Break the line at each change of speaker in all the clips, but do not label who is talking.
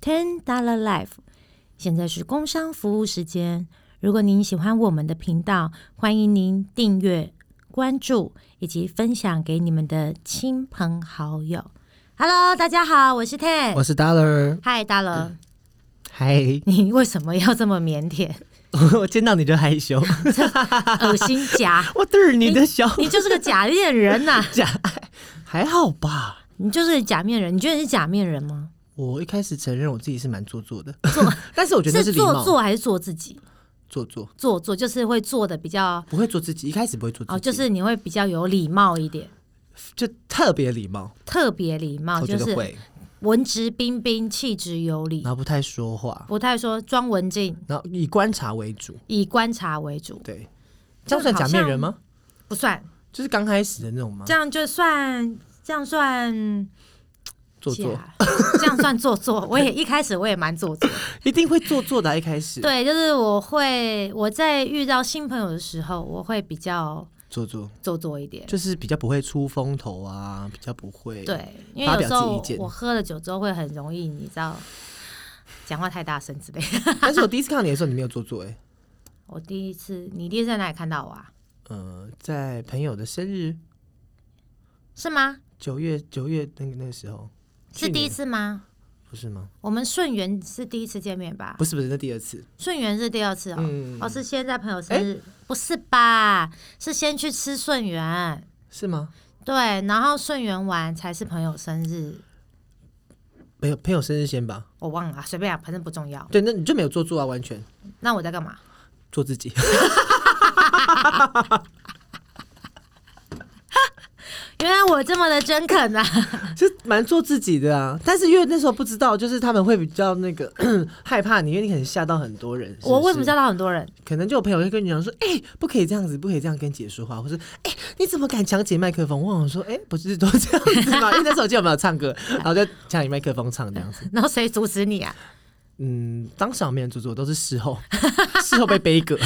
Ten Dollar Life。现在是工商服务时间。如果您喜欢我们的频道，欢迎您订阅、关注以及分享给你们的亲朋好友。Hello，大家好，我是 Ten。
我是 Dollar，
嗨，大乐，，
嗨
你为什么要这么腼腆、
我见到你就害 羞，
恶心假？
我对着你的小
你就是个假面人呐、
假，还好吧？
你就是假面人，你觉得你是假面人吗？
我一开始承认我自己是蛮做作的， 但是我觉得那
是
礼貌，
做作还是做自己？
做作
做作就是会做的比较
不会做自己，一开始不会做自己，
哦，就是你会比较有礼貌一点，
就特别礼貌，
特别礼貌，
我觉
哦就
得
是
会，
文质彬彬、气质有礼
然，后不太说话，
不太说装文静，
然后以观察为主，
以观察为主，
对，这样算假面人吗？
不算
就是刚开始的那种吗
这？样就算这样算
做作
假，这样算做 作。我也一开始我也蛮做作，
一定会做作的啊，一开始
对，就是我会我在遇到新朋友的时候，我会比较
做作
做作一点。
就是比较不会出风头啊，比较不会
对， 因为
发
有
表
时
自己
候
意见
我喝了酒之后会很容易，你知道，讲话太大声之类的。
但是我第一次看到你的时候，你没有做作哎、欸，
我第一次，你第一次在哪里看到我啊？
呃，在朋友的生日，
是吗？
九月九月那个那个时候，
是
去
第一
年
次吗？
不是吗？
我们顺源是第一次见面吧？
不是不是，那第二次，
顺源是第二次哦，
嗯
哦是先在朋友生日，不是吧？是先去吃顺源，
是吗？
对，然后顺源完才是朋友生日，
朋友朋友生日先吧，
我忘了，随便啊，反正不重要。
对，那你就没有做作啊，完全
那我在干嘛？
做自 己，
原来我这么的真恳啊！
就蛮做自己的啊。但是因为那时候不知道，就是他们会比较那个 害怕你，因为你可能吓到很多 人。是不是
我为什么？吓到很多人？
可能就有朋友会跟你讲说，哎、不可以这样子，不可以这样跟姐说话，或是哎、你怎么敢抢姐麦克风？我想说，哎、不是都这样子吗？因为那时候我记得我们有唱歌，然后就抢你麦克风唱这样子。
然后谁阻止你啊？
嗯，当场没人阻止我，都是事后， 事后被背 锅。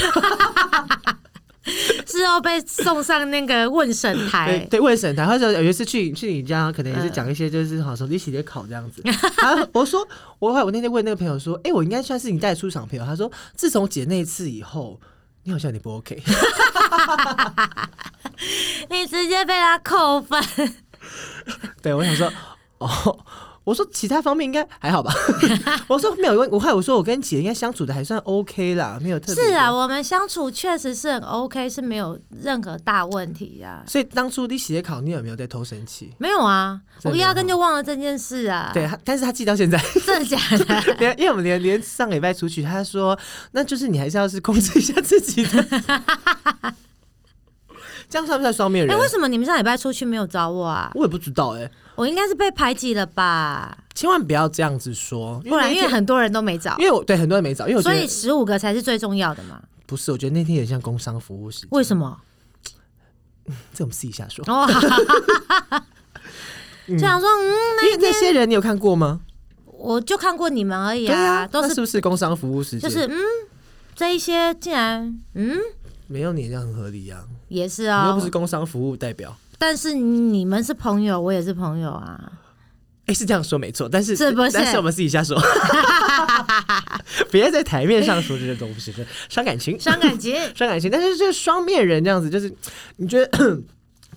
是要被送上那个问审
对
台。
对，问审台，或者有一次去去你家，可能也是讲一些就是好手机洗的考这样子。
嗯
然后我说，我我那天问那个朋友说，哎、我应该算是你带出场朋友。他说，自从姐那一次以后，你好像有点不 OK。
你直接被他扣分，
对我想说，哦。我说其他方面应该还好吧， 我说没有问，我还我说我跟姐应该相处的还算 OK 啦，没有特别
是啊，
多，
我们相处确实是很 OK，是没有任何大问题啊。
所以当初你写考你有没有在偷生气？
没有啊，
真的
我压根就忘了这件事啊。
对，，他但是他记到现在，
真的假的？
连因为我们连连上个礼拜出去，他说，那就是你还是要是控制一下自己的，这样算不算双面
哎、
人？
为什么你们上礼拜出去没有找我啊？
我也不知道哎、
我应该是被排挤了吧？
千万不要这样子说，因
不
为
然
那
因为
天
很多人都没找
因，为我对很多人没找，因为我觉
所以
得嗯
十五个才是最重要的嘛。
不是，我觉得那天也像工商服务时间，
为什么？
这我们私底下说，
哦，哈哈哈哈哈就想说，嗯，
因为那些人你有看过吗？
我就看过你们而已
对啊，
都
那
是
是不是工商服务时
就
间？
是嗯，这一些竟然嗯
没有你这样很合理啊，
也是
你
啊、
又不是工商服务代表。
但是你们是朋友，我也是朋友 啊，
哎、是这样说没错，但是
是不是
但是我们私底 下说，别在台面上说这些东西，这伤感情，
伤感情
伤感情。但是这个双面人这样子，就是你觉得，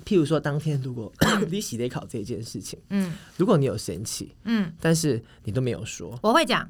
譬如说当天如果你洗得考这件事情，
嗯
如果你有生气，
嗯，
但是你都没有说，
我会讲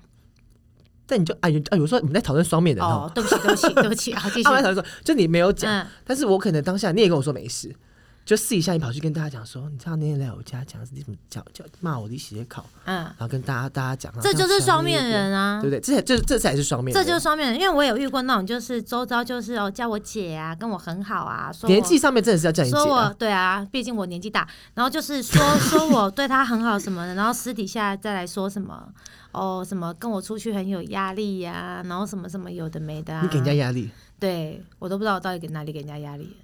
但你就哎有啊，有时候我们在讨论双面人
哦
哦，，
对不起对不起对不起，好继续
他，们讨论说，就你没有讲，
嗯，
但是我可能当下你也跟我说没事。就私底下，你跑去跟大家讲说，你知道那天来我家讲，你怎么讲，叫骂我你洗得考，
嗯，
然后跟大家大家讲，然后
这就是
样传
双面
一遍
人啊
对不。对？这才这这才是双面
这
人，
就是双面人，因为我有遇过那种，就是周遭就是哦，叫我姐啊，跟我很好啊，说我
年纪上面真的是要叫你姐、
说我
啊。
对啊，毕竟我年纪大，然后就是说说我对他很好什么的，然后私底下再来说什么哦，什么跟我出去很有压力呀、然后什么什么有的没的、啊，
你给人家压力，
对我都不知道我到底给哪里给人家压力，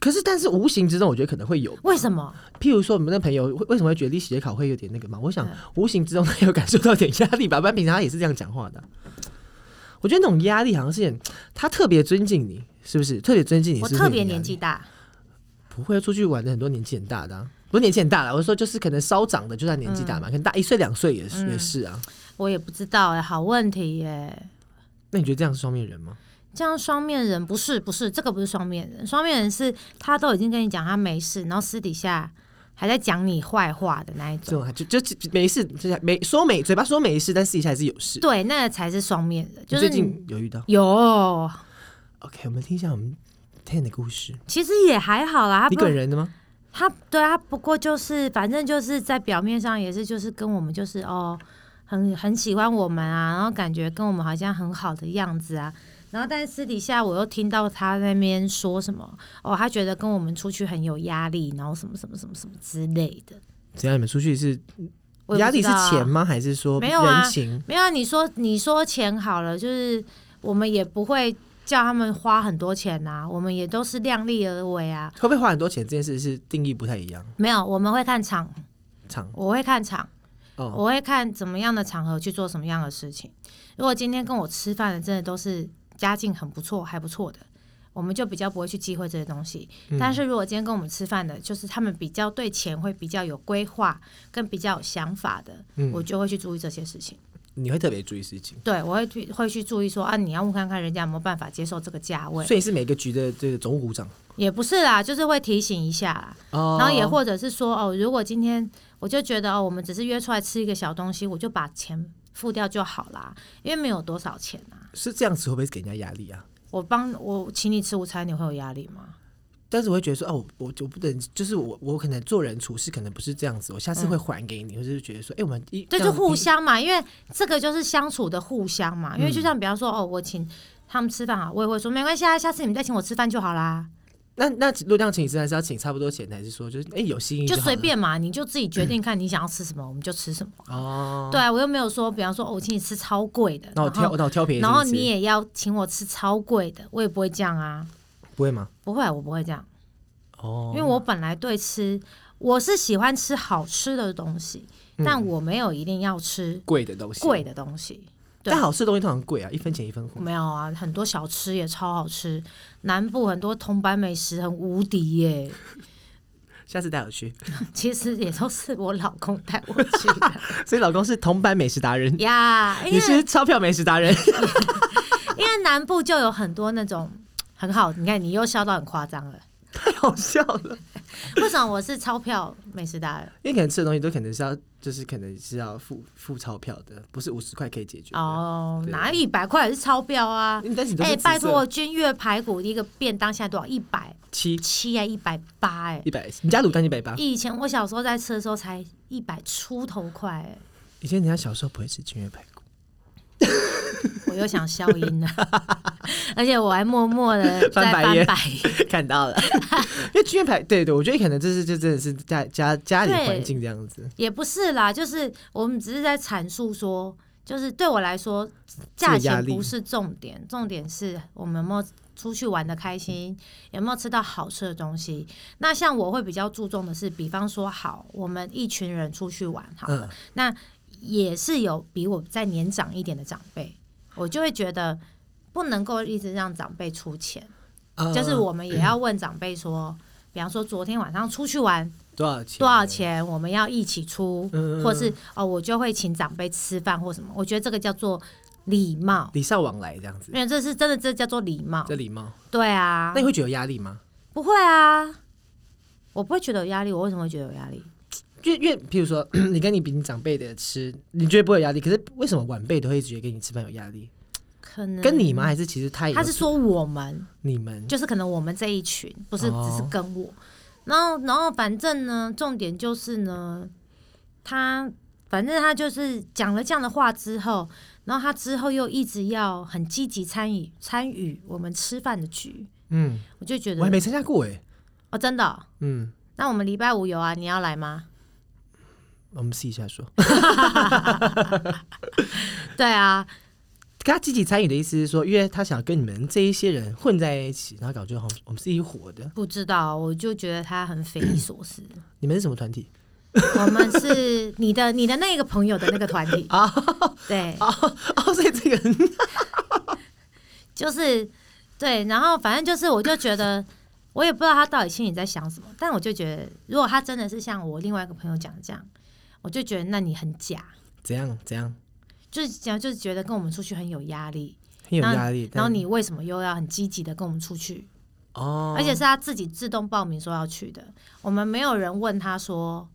可是但是无形之中，我觉得可能会有。
为什么？
譬如说，我们的朋友会为什么会觉得历史写考会有点那个嘛？我想
嗯
无形之中他有感受到点压力吧，不然平常他也是这样讲话的啊、我觉得那种压力好像是很他特别尊敬你，是不是？特别尊敬你啊
我
是
特别
会有压
年
力
纪大，
不会出去玩的很多年纪很大的、啊，不是年纪很大了，我是说就是可能稍长的就算年纪大嘛，可能大一岁两岁也是、也
嗯
是啊。
我也不知道哎、好问题欸耶、
那你觉得这样是双面人吗？
这样双面人不是不是，这个不是双面人，双面人是他都已经跟你讲他没事，然后私底下还在讲你坏话的那一
这
种。
种还就就就没事，就是没说没嘴巴说没事，但私底下还是有事。
对，那个才是双面人，就是
你最
你
近有遇到
有，
？OK，我们听一下我们 Ten 的故事。
其实也还好啦。他
你
不
本人的吗？
他对啊，不过就是反正就是在表面上也是就是跟我们就是哦，很很喜欢我们啊，然后感觉跟我们好像很好的样子啊。然后，但私底下我又听到他那边说什么哦，他觉得跟我们出去很有压力，然后什么什么什么什么之类的。
怎样？你们出去是
我也
压
不知
力是
道啊
钱吗？还是说
没有啊
人情？
没有啊，你说你说钱好了，就是我们也不会叫他们花很多钱呐、我们也都是量力而为啊。
会不会花很多钱？这件事是定义不太一样。
没有，我们会看场，
长
我会看场，
哦，
我会看怎么样的场合去做什么样的事情。如果今天跟我吃饭的真的都是家境很不错、还不错的，我们就比较不会去忌讳这些东西。
嗯
但是如果今天跟我们吃饭的，就是他们比较对钱会比较有规划，跟比较有想法的，
嗯
我就会去注意这些事情。
你会特别注意事情，
对，我会去会去注意说啊，你要问看看人家有没有办法接受这个价位，
所以你是每个局的这个总务股长
也不是啦，就是会提醒一下啦。
哦
然后也或者是说哦，如果今天我就觉得哦，我们只是约出来吃一个小东西，我就把钱付掉就好啦，因为没有多少钱啊。
是这样子，会不会给人家压力啊？
我帮我请你吃午餐，你会有压力吗？
但是我会觉得说，哦、我我我不能，就是我我可能做人处事可能不是这样子，我下次会还给你，我就是觉得说，哎、我们一
对，嗯
这
就
样
互
平
相嘛，因为这个就是相处的互相嘛。因为就像比方说哦，我请他们吃饭啊，我也会说没关系啊，下次你们再请我吃饭就好啦。
那那如果这样请，你真的是要请差不多钱，还是说就是哎、有心意
就
好
随
了
便嘛，你就自己决定看你想要吃什么，我们就吃什么。
哦？
对啊，我又没有说，比方说、哦我请你吃超贵的，
那我
然
挑
后
那我挑便宜的
然后
吃
你也要请我吃超贵的，我也不会这样啊，
不会吗？
不会，我不会这样，
哦
因，为我本来对吃我是喜欢吃好吃的东西，
嗯
但我没有一定要吃
贵的东西
贵，的东西。对
但好吃的东西通常贵啊，一分钱一分货。
没有啊，很多小吃也超好吃，南部很多铜板美食很无敌耶。
下次带我去，
其实也都是我老公带我去的
所以老公是铜板美食达人，
哎呀，因
你
为
是钞票美食达人。
因为南部就有很多那种很好，你看你又笑到很夸张了。
太好笑了，
为什么我是钞票美食达人？
因为可能吃的东西都可能是要，就是可能是要付付钞票的，不是五十块可以解决的。
哦，
对
哪里一百块也是钞票啊？
嗯但是你都
哎、
是
拜
紫
托，
色
君越排骨一个便当现在多少？一百
七
七啊，一百八哎。
一百，你家卤蛋一百八。
以前我小时候在吃的时候才一百出头块哎、
以前人家小时候不会吃金月排骨，
我又想消音了， 而且我还默默的在
翻白
翻
眼
白眼。
看到了，因为金月排，对对，我觉得可能这是这真的是家家家里
对
环境这样子，
也不是啦，就是我们只是在阐述说，就是对我来说，价
压
钱
力
不是重点，重点是我们有没有出去玩的开心，有没有吃到好吃的东西。那像我会比较注重的是，比方说，好，我们一群人出去玩，好了，
嗯
那也是有比我再年长一点的长辈，我就会觉得不能够一直让长辈出钱，
呃
就是我们也要问长辈说，比方说昨天晚上出去玩。
多少钱？
多少？钱我们要一起出，
嗯
或是哦，我就会请长辈吃饭或什么。我觉得这个叫做礼貌，
礼尚往来这样子，
因为这是真的，这叫做礼貌
这。礼貌。
对啊
那，你会觉得有压力吗？
不会啊，我不会觉得有压力。我为什么会觉得有压力？
因为因为，譬如说， 你跟你比你长辈的吃，你觉得不会有压力，可是为什么晚辈都会觉得跟你吃饭有压力？
可能
跟你吗？？还是其实嗯他也有
他是说我们，
你们
就是可能我们这一群，不是
哦
只是跟我。然后，然后反正呢，重点就是呢，他反正他就是讲了这样的话之后，然后他之后又一直要很积极参与参与我们吃饭的局，
嗯，
我就觉
我还
得
没参加过哎、
哦，真的哦、
嗯，
那我们礼拜五有啊，你要来吗？
我们试一下说。
对啊，
跟他积极参与的意思是说，因为他想跟你们这一些人混在一起，然后搞就好像我们是一伙的。
不知道，我就觉得他很匪夷所 思。
你们是什么团体？
我们是你的你的那个朋友的那个团体
啊，
对，
哦，所以这个人
就是对，然后反正就是，我就觉得，我也不知道他到底心里在想什么，但我就觉得，如果他真的是像我另外一个朋友讲的这样，我就觉得那你很假，
怎样怎样
就是讲就是觉得跟我们出去很有压力，
很有压力，
然后
但
你为什么又要很积极的跟我们出去？
哦，
而且是他自己自动报名说要去的，我们没有人问他说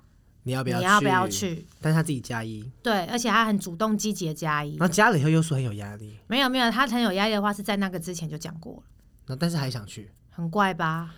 你要不
你
要
要不要？去，
但是他自己加一，
对，而且他很主动积极的加一
然后，加了以后又说很有压力，
没有没有，他很有压力的话是在那个之前就讲过了，
然后但是还想去，
很怪吧？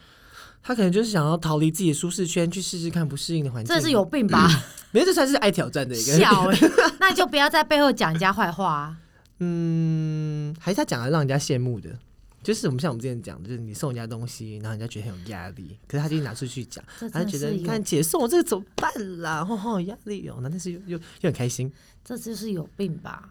他可能就是想要逃离自己的舒适圈，去试试看不适应的环境。
这是有病吧？
没有，这才是爱挑战的一个人。
笑、欸，那你就不要在背后讲人家坏话、啊。
嗯， 还是他讲的让人家羡慕的，就是我们像我们之前讲的，就是你送人家东西，然后人家觉得很有压力，可是他就拿出去讲，
这
他
啊真
就
的
觉得
是
你
有
看，姐送我这个怎么办啦？吼吼，有压力哦，那但是又又又很开心，
这就是有病吧？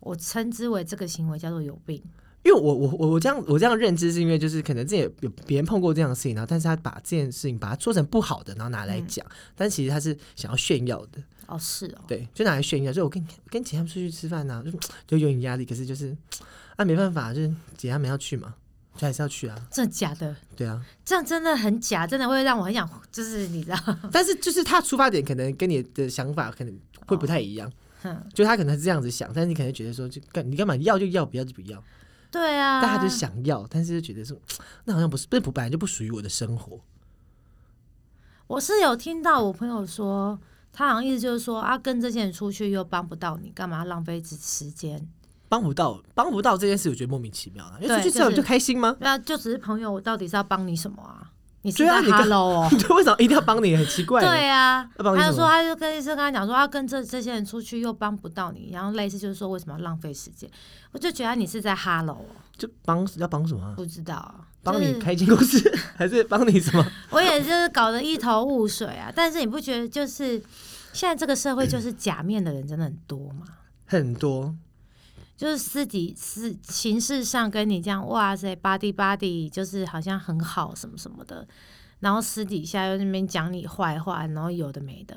我称之为这个行为叫做有病。
因为我我我我这样我这样认知是因为就是可能这也有别人碰过这样的事情，然后但是他把这件事情把它说成不好的，然后拿来讲，但其实他是想要炫耀的，
哦，是嗯哦，
对，就拿来炫耀，就我跟我跟姐他们出去吃饭呐、就就有点压力，可是就是啊没办法，就是姐他们要去嘛，就还是要去啊，
真的假的？
对 啊，
这样真的很假，真的会让我很想，就是你知道，
但是就是他出发点可能跟你的想法可能会不太一
哦
样，
哼
就他可能是这样子想，但是你可能觉得说就干你干嘛要就要，不要就不要，
对啊，
但他就想要，但是就觉得说那好像不是不不本来就不属于我的生活。
我是有听到我朋友说，他好像意思就是说啊，跟这些人出去又帮不到你，干嘛浪费时时间？
帮不到，帮不到这件事，我觉得莫名其妙了。因为
对
出去之
就
后
是
你就开心吗？
那、就只是朋友，我到底是要帮你什么啊？你是
对啊
在
你干
hello 哦？
就为什么一定要帮你？很奇怪。
对啊，
要帮你
他
什
就
么
说，他就跟医生跟他讲说，要跟这这些人出去又帮不到你，然后类似就是说为什么要浪费时间？我就觉得你是在哈喽，
就帮要帮什么啊？
不知道啊，
帮
就
你
是
开间公司， 还是帮你什么？
我也就是搞得一头雾水啊。但是你不觉得就是现在这个社会就是假面的人真的很多吗？
很多，
就是私底私形式上跟你这样，哇塞，body body，就是好像很好什么什么的，然后私底下又在那边讲你坏话，然后有的没的，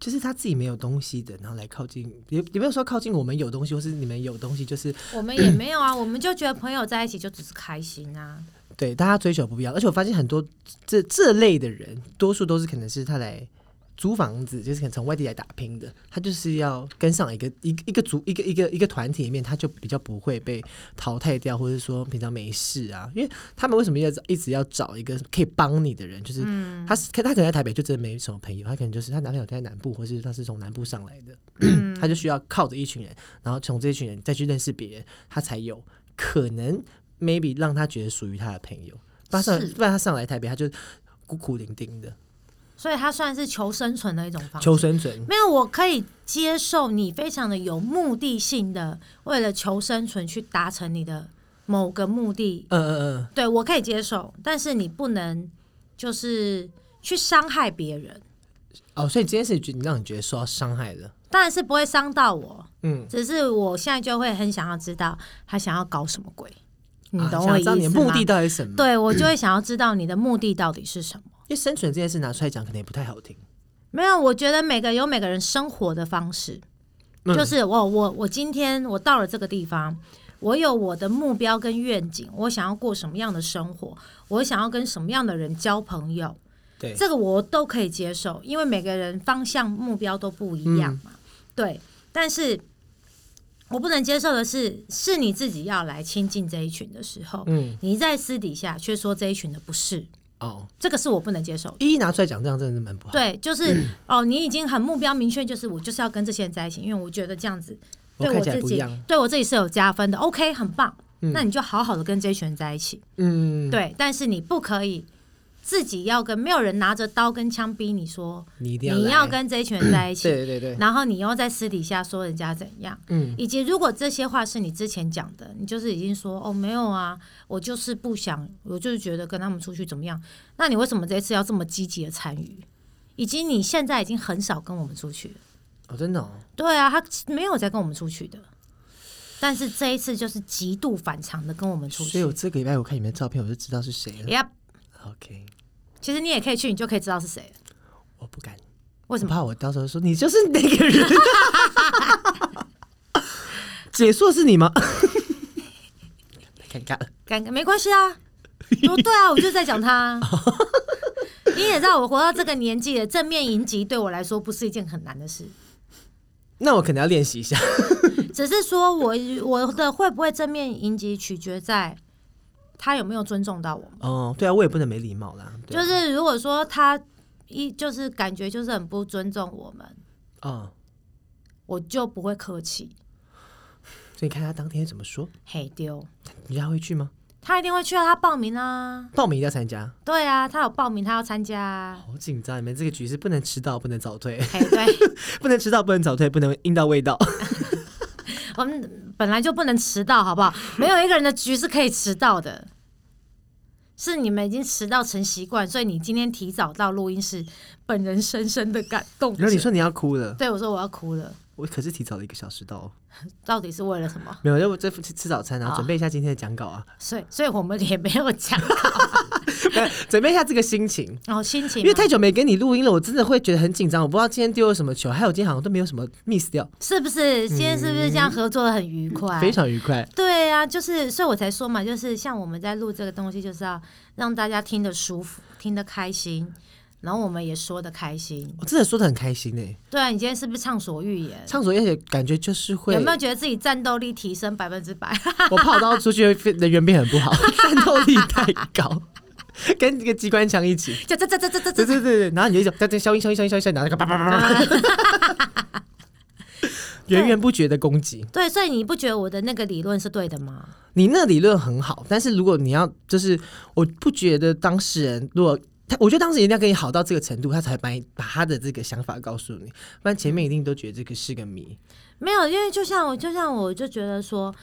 就是他自己没有东西的，然后来靠近，也也没有说靠近我们有东西，或是你们有东西，就是
我们也没有啊，我们就觉得朋友在一起就只是开心啊。
对大家追求不一样。而且我发现很多这这类的人，多数都是可能是他来。租房子就是可能从外地来打拼的，他就是要跟上一个一个一个族一个一个一个团体里面，他就比较不会被淘汰掉，或者说平常没事啊，因为他们为什么要一直要找一个可以帮你的人？就是他是他可能在台北就真的没什么朋友，他可能就是他男朋友在南部，或是他是从南部上来的， 他就需要靠着一群人，然后从这一群人再去认识别人，他才有可能 maybe 让他觉得属于他的朋友。不然上
是
不然他上来台北，他就孤苦伶仃的
所以它算是求生存的一种方式。
求生存。
没有，我可以接受你非常的有目的性的，为了求生存去达成你的某个目的，
嗯嗯嗯，
对我可以接受。但是你不能就是去伤害别人，
哦，所以这件事情让你觉得受到伤害了。
当然是不会伤到我，
嗯，
只是我现在就会很想要知道他想要搞什么鬼，你
啊
嗯懂
想
我意
要知
思
道
吗？
你的目的到底是什么？
对我就会想要知道你的目的到底是什么。
因为生存这件事拿出来讲，可能也不太好听。
没有，我觉得每个有每个人生活的方式，
嗯
就是我我我今天我到了这个地方，我有我的目标跟愿景，我想要过什么样的生活，我想要跟什么样的人交朋友，
对，
这个我都可以接受，因为每个人方向目标都不一样嘛。
嗯
对，但是我不能接受的是，是你自己要来亲近这一群的时候，
嗯，
你在私底下却说这一群的不是，
哦，
这个是我不能接受的。
一一拿出来讲，这样真的是蛮不好。
对， 就是哦，你已经很目标明确，就是我就是要跟这些人在一起，因为我觉得这样子
我
对
看
我
起来
自
不一
己
样，
对我自己是有加分的。OK，很棒，那你就好好的跟这群人在一起。
嗯，
对，但是你不可以自己要跟没有人拿着刀跟枪逼你说
你一定要
你要
来
跟这群人在一 起，
对对 对，
然后你又在私底下说人家怎样。
嗯，
以及如果这些话是你之前讲的，你就是已经说哦没有啊，我就是不想，我就是觉得跟他们出去怎么样？那你为什么这次要这么积极的参与？以及你现在已经很少跟我们出去了，
哦，真的、哦，
对啊，他没有再跟我们出去的，但是这一次就是极度反常的跟我们出
所以
去
我。这个礼拜我看你们的照片，我就知道是谁了。
y e
OK，
其实你也可以去，你就可以知道是谁了。
我不敢，
为什
我
么？
怕我到时候说你就是那个人。 解说是你吗？太尴尬了，
尴尬没关系啊，哦，对啊，我就在讲他。 你也知道，我活到这个年纪了，正面迎击对我来说不是一件很难的事。
那我可能要练习一下。
只是说我我的会不会正面迎击，取决在他有没有尊重到我。
哦，对啊，我也不能没礼貌啦。对
就
啊
是如果说他一就是感觉就是很不尊重我们，
嗯，
我就不会客气，
所以你看他当天怎么说？
嘿丢。
你觉得他会去吗？
他一定会去啊，他报名啊，
报名一定要参加，
对啊，他有报名，他要参加啊，
好紧张！你们这个局是不能迟到，不能早退，
嘿，对
不能迟到，不能早退，不能硬到味道。
我们本来就不能迟到，好不 好？没有一个人的局是可以迟到的，是你们已经迟到成习惯，所以你今天提早到录音室，本人深深的感动着。
然后你说你要哭了，
对我说我要哭了，
我可是提早了一个小时到哦，
到底是为了什么？
没有，要不这吃吃早餐啊，
啊
准备一下今天的讲稿啊，
所以， 所以我们也没有讲，
准备一下这个心情。
然后心情
因
嘛
为太久没给你录音了，我真的会觉得很紧张。我不知道今天丢了什么球，还有今天好像都没有什么 miss 掉，
是不是今天是不是这样合作的很愉快？
嗯非常愉快。
对啊，就是，所以我才说嘛，就是像我们在录这个东西，就是要让大家听得舒服，听得开心，然后我们也说得开心。
我真的说的很开心欸呢、
对啊，你今天是不是畅所欲言？
畅所欲言，感觉就是会。
有没有觉得自己战斗力提升百分之百？
我怕我到出去会人缘变很不好，战斗力太高，跟这个机关枪一起。
就这这这这这
对
这
对
这，
对对，然后你就一直在这消音消音消音消音消音，然后那个叭叭叭叭叭，啊 源源不绝的攻击。
对，所以你不觉得我的那个理论是对的吗？
你那理论很好，但是如果你要就是，我不觉得当事人如果他，我觉得当事人一定要跟你好到这个程度，他才把你把他的这个想法告诉你，不然前面一定都觉得这个是个谜。
没有，因为就像我，就像我就觉得说，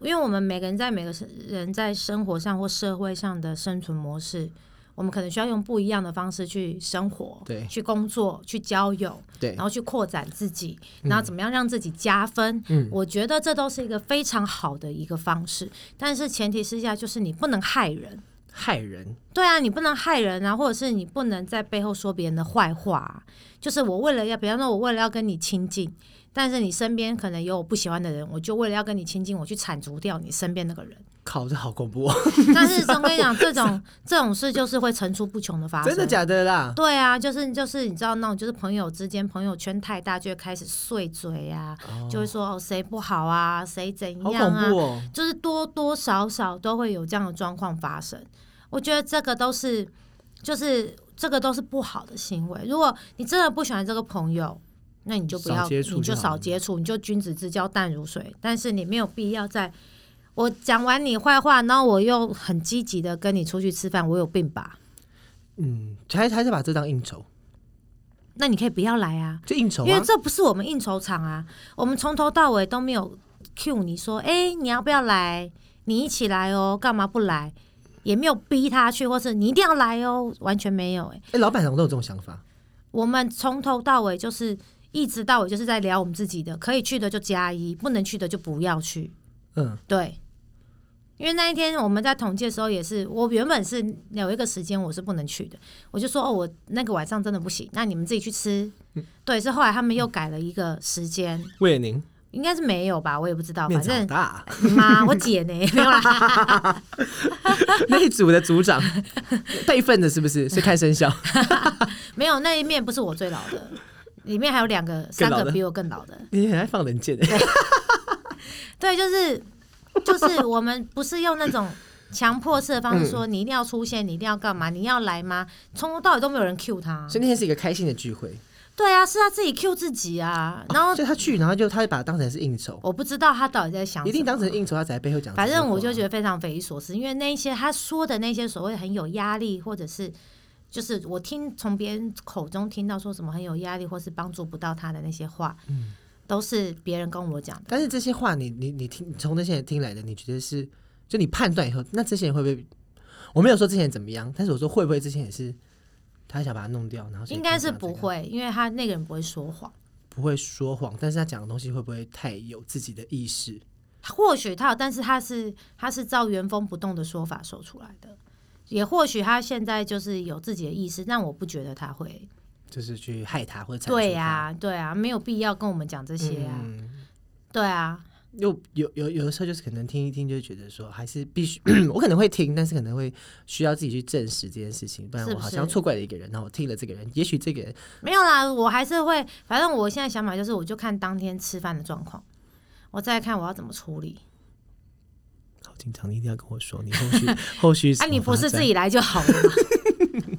因为我们每个人在每个生人在生活上或社会上的生存模式，我们可能需要用不一样的方式去生活，
对
去工作，去交友，
对
然，后去扩展自己，然后怎么样让自己加分。
嗯
我觉得这都是一个非常好的一个方式，但是前提之下就是你不能害人。
害人，
对啊，你不能害人啊，或者是你不能在背后说别人的坏话啊、就是我为了要，比方说，我为了要跟你亲近，但是你身边可能有我不喜欢的人，我就为了要跟你亲近，我去铲除掉你身边那 个人。
靠，这好恐怖、哦，
但是我跟你讲，这种这种事就是会层出不穷的发生。
真的假的啦？
对啊，就是就是你知道那种就是朋友之间朋友圈太大，就会开始碎嘴啊，就会说哦谁不好啊，谁怎
好
样
恐
啊，
怖哦！
就是多多少少都会有这样的状况发生。我觉得这个都是就是这个都是不好的行为。如果你真的不喜欢这个朋友，那你就不要
少接触就好了
你就少接触，你就君子之交淡如水。但是你没有必要在我讲完你坏话，然后我又很积极的跟你出去吃饭，我有病吧？
嗯，还还是把这当应酬，
那你可以不要来啊。
就应酬
因为
啊。
这不是我们应酬场啊，我们从头到尾都没有 cue 你说，哎、你要不要来？你一起来哦，干嘛不来？也没有逼他去，或是你一定要来哦，完全没有、哎，
哎、老板怎么都有这种想法？
我们从头到尾就是一直到尾就是在聊我们自己的，可以去的就加一，不能去的就不要去。
嗯，
对，因为那一天我们在统计的时候也是，我原本是有一个时间我是不能去的，我就说哦，我那个晚上真的不行，那你们自己去吃。对，是后来他们又改了一个时间，
为了您
应该是没有吧，我也不知道，
面
反
子好
正
大、啊，
你 妈我姐呢， 没有啦，
那一组的 组长备份的是不是？是看生肖，
没有那一面不是我最老的，里面还有两个、
更
三
老的
个比我更老的，
你很爱放冷箭、
对，就是就是我们不是用那种强迫式的方
嗯
式说、你一定要出现，你一定要干嘛，你要来吗？从头到尾都没有人 cue 他，
所以那天是一个开心的聚会。
对啊，是他自己 cue 自己啊，然后
所以他去，然后就他就把它当成是应酬，
我不知道他到底在想什么，
一定当成应酬，他才在背后讲这些话。
反正我就觉得非常匪夷所思，因为那一些他说的那些所谓很有压力，或者是就是我听从别人口中听到说什么很有压力，或是帮助不到他的那些话，
嗯
都是别人跟我讲的。
但是这些话你你你听你从那些人听来的，你觉得是就你判断以后，那这些人会不会？我没有说之前怎么样，但是我说会不会之前也是他想把它弄掉，然后所以
应该是
跟他这
不
样
会，因为他那个人不会说谎，
不会说谎，但是他讲的东西会不会太有自己的意识？
或许他有，但是他是他是照原封不动的说法说出来的，也或许他现在就是有自己的意识，但我不觉得他会。
就是去害他或者嗯
对
呀、
呀、对啊，没有必要跟我们讲这些啊。
嗯，
对啊，
又有有有的时候就是可能听一听，就觉得说还是必须， 我可能会听，但是可能会需要自己去证实这件事情，不然
是
我
不
好
是
像错怪了一个人，然后我听了这个人，也许这个人
没有啦，我还是会，反正我现在想法就是，我就看当天吃饭的状况，我再看我要怎么处理。
好经常你一定要跟我说，你后 续后续
啊，你不是
怎
自
么
己来就好了嘛，
发展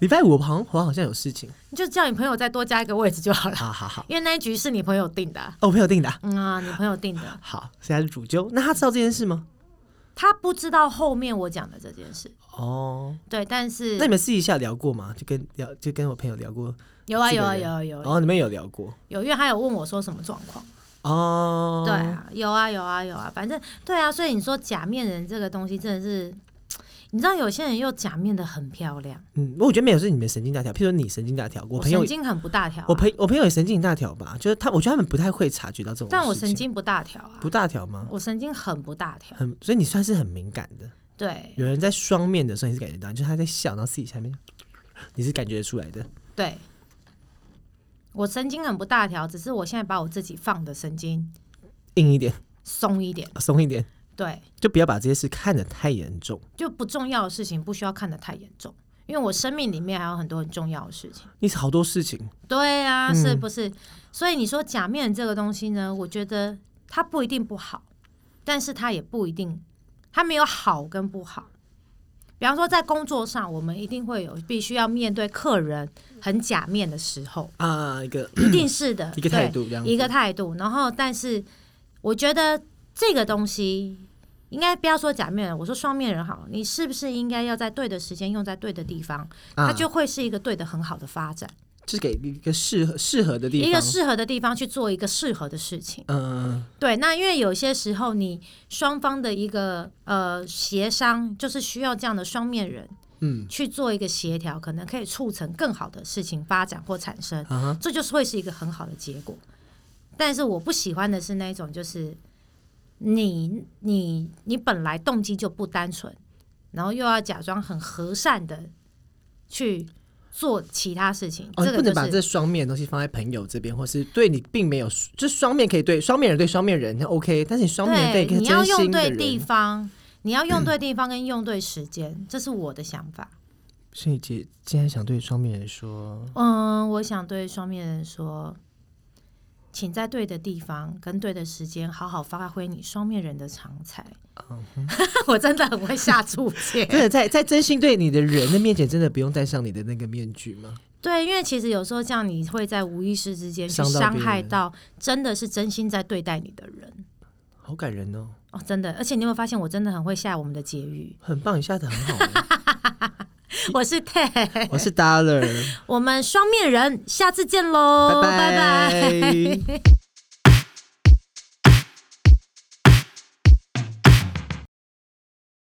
礼拜五我好像我好像有事情，
你就叫你朋友再多加一个位置就好了，
好好好，
因为那一局是你朋友定的啊、
哦，我朋友定的啊、
嗯啊，你朋友定的，
好，现在是主揪，那他知道这件事吗？
他不知道后面我讲的这件事，
哦，
对，但是
那你们私底下聊过吗？就跟聊就跟我朋友聊过，
有啊
这
有
个
啊
人
有啊有啊
哦，你们有聊过
有，因为他有问我说什么状况，
哦，
对啊，有啊有啊有啊，反正对啊，所以你说假面人这个东西真的是，你知道有些人又假面的很漂亮，
嗯，我觉得没有是你们神经大条，譬如说你神经大条，我朋友
神经很不大条啊、
我朋我朋友也神经大条吧，就是他，我觉得他们不太会察觉到这种事情。
但我神经不大条啊，
不大条吗？
我神经很不大条，
很，所以你算是很敏感的。
对
有人在双面的时候，你是感觉到，就是他在笑，然后私底下面，你是感觉得出来的。
对，我神经很不大条，只是我现在把我自己放的神经
硬一点，
松一点，
松一点，
对，
就不要把这些事看得太严重。
就不重要的事情不需要看得太严重，因为我生命里面还有很多很重要的事情。
你好多事情，
对啊，
嗯
是不是？所以你说假面这个东西呢，我觉得它不一定不好，但是它也不一定，它没有好跟不好。比方说，在工作上，我们一定会有必须要面对客人很假面的时 候，
啊、一个
一定是的，
一个
嗯对
态度这样子
一个态度。然后，但是我觉得这个东西应该不要说假面人，我说双面人好了，你是不是应该要在对的时间用在对的地方，
啊，
它就会是一个对的很好的发展，
就是给一个适合适合的地
一个
方。
适合的地方去做一个适合的事情。
嗯、
对，那因为有些时候你双方的一个呃协商，就是需要这样的双面人
嗯
去做一个协调，可能可以促成更好的事情发展或产生。
啊哈，
这就是会是一个很好的结果。但是我不喜欢的是那一种，就是你你你本来动机就不单纯，然后又要假装很和善的去做其他事情，
哦，
这
你
个
不
就
能把
是
这双面的东西放在朋友这边，或是对你并没有，就双面可以对双面人对双面人那 OK，但是你双面人对一个
你要
真
用
心的
对
人，嗯
地方，你要用对地方跟用对时间，这是我的想法。
所以姐今天想对双面人说，
嗯，我想对双面人说，请在对的地方跟对的时间，好好发挥你双面人的长才。
嗯
我真的很会下注解。
真的在在真心对你的人的面前，真的不用戴上你的那个面具吗？
对，因为其实有时候这样，你会在无意识之间去
伤到
伤
别
害
人
到真的是真心在对待你的人
好感人哦，
哦，真的。而且你有没有发现，我真的很会下我们的结语？
很棒，你下的很好欸。
我是 t e
我是 Dollar，
我们双面人，下次见喽，
哦拜
拜拜。
拜。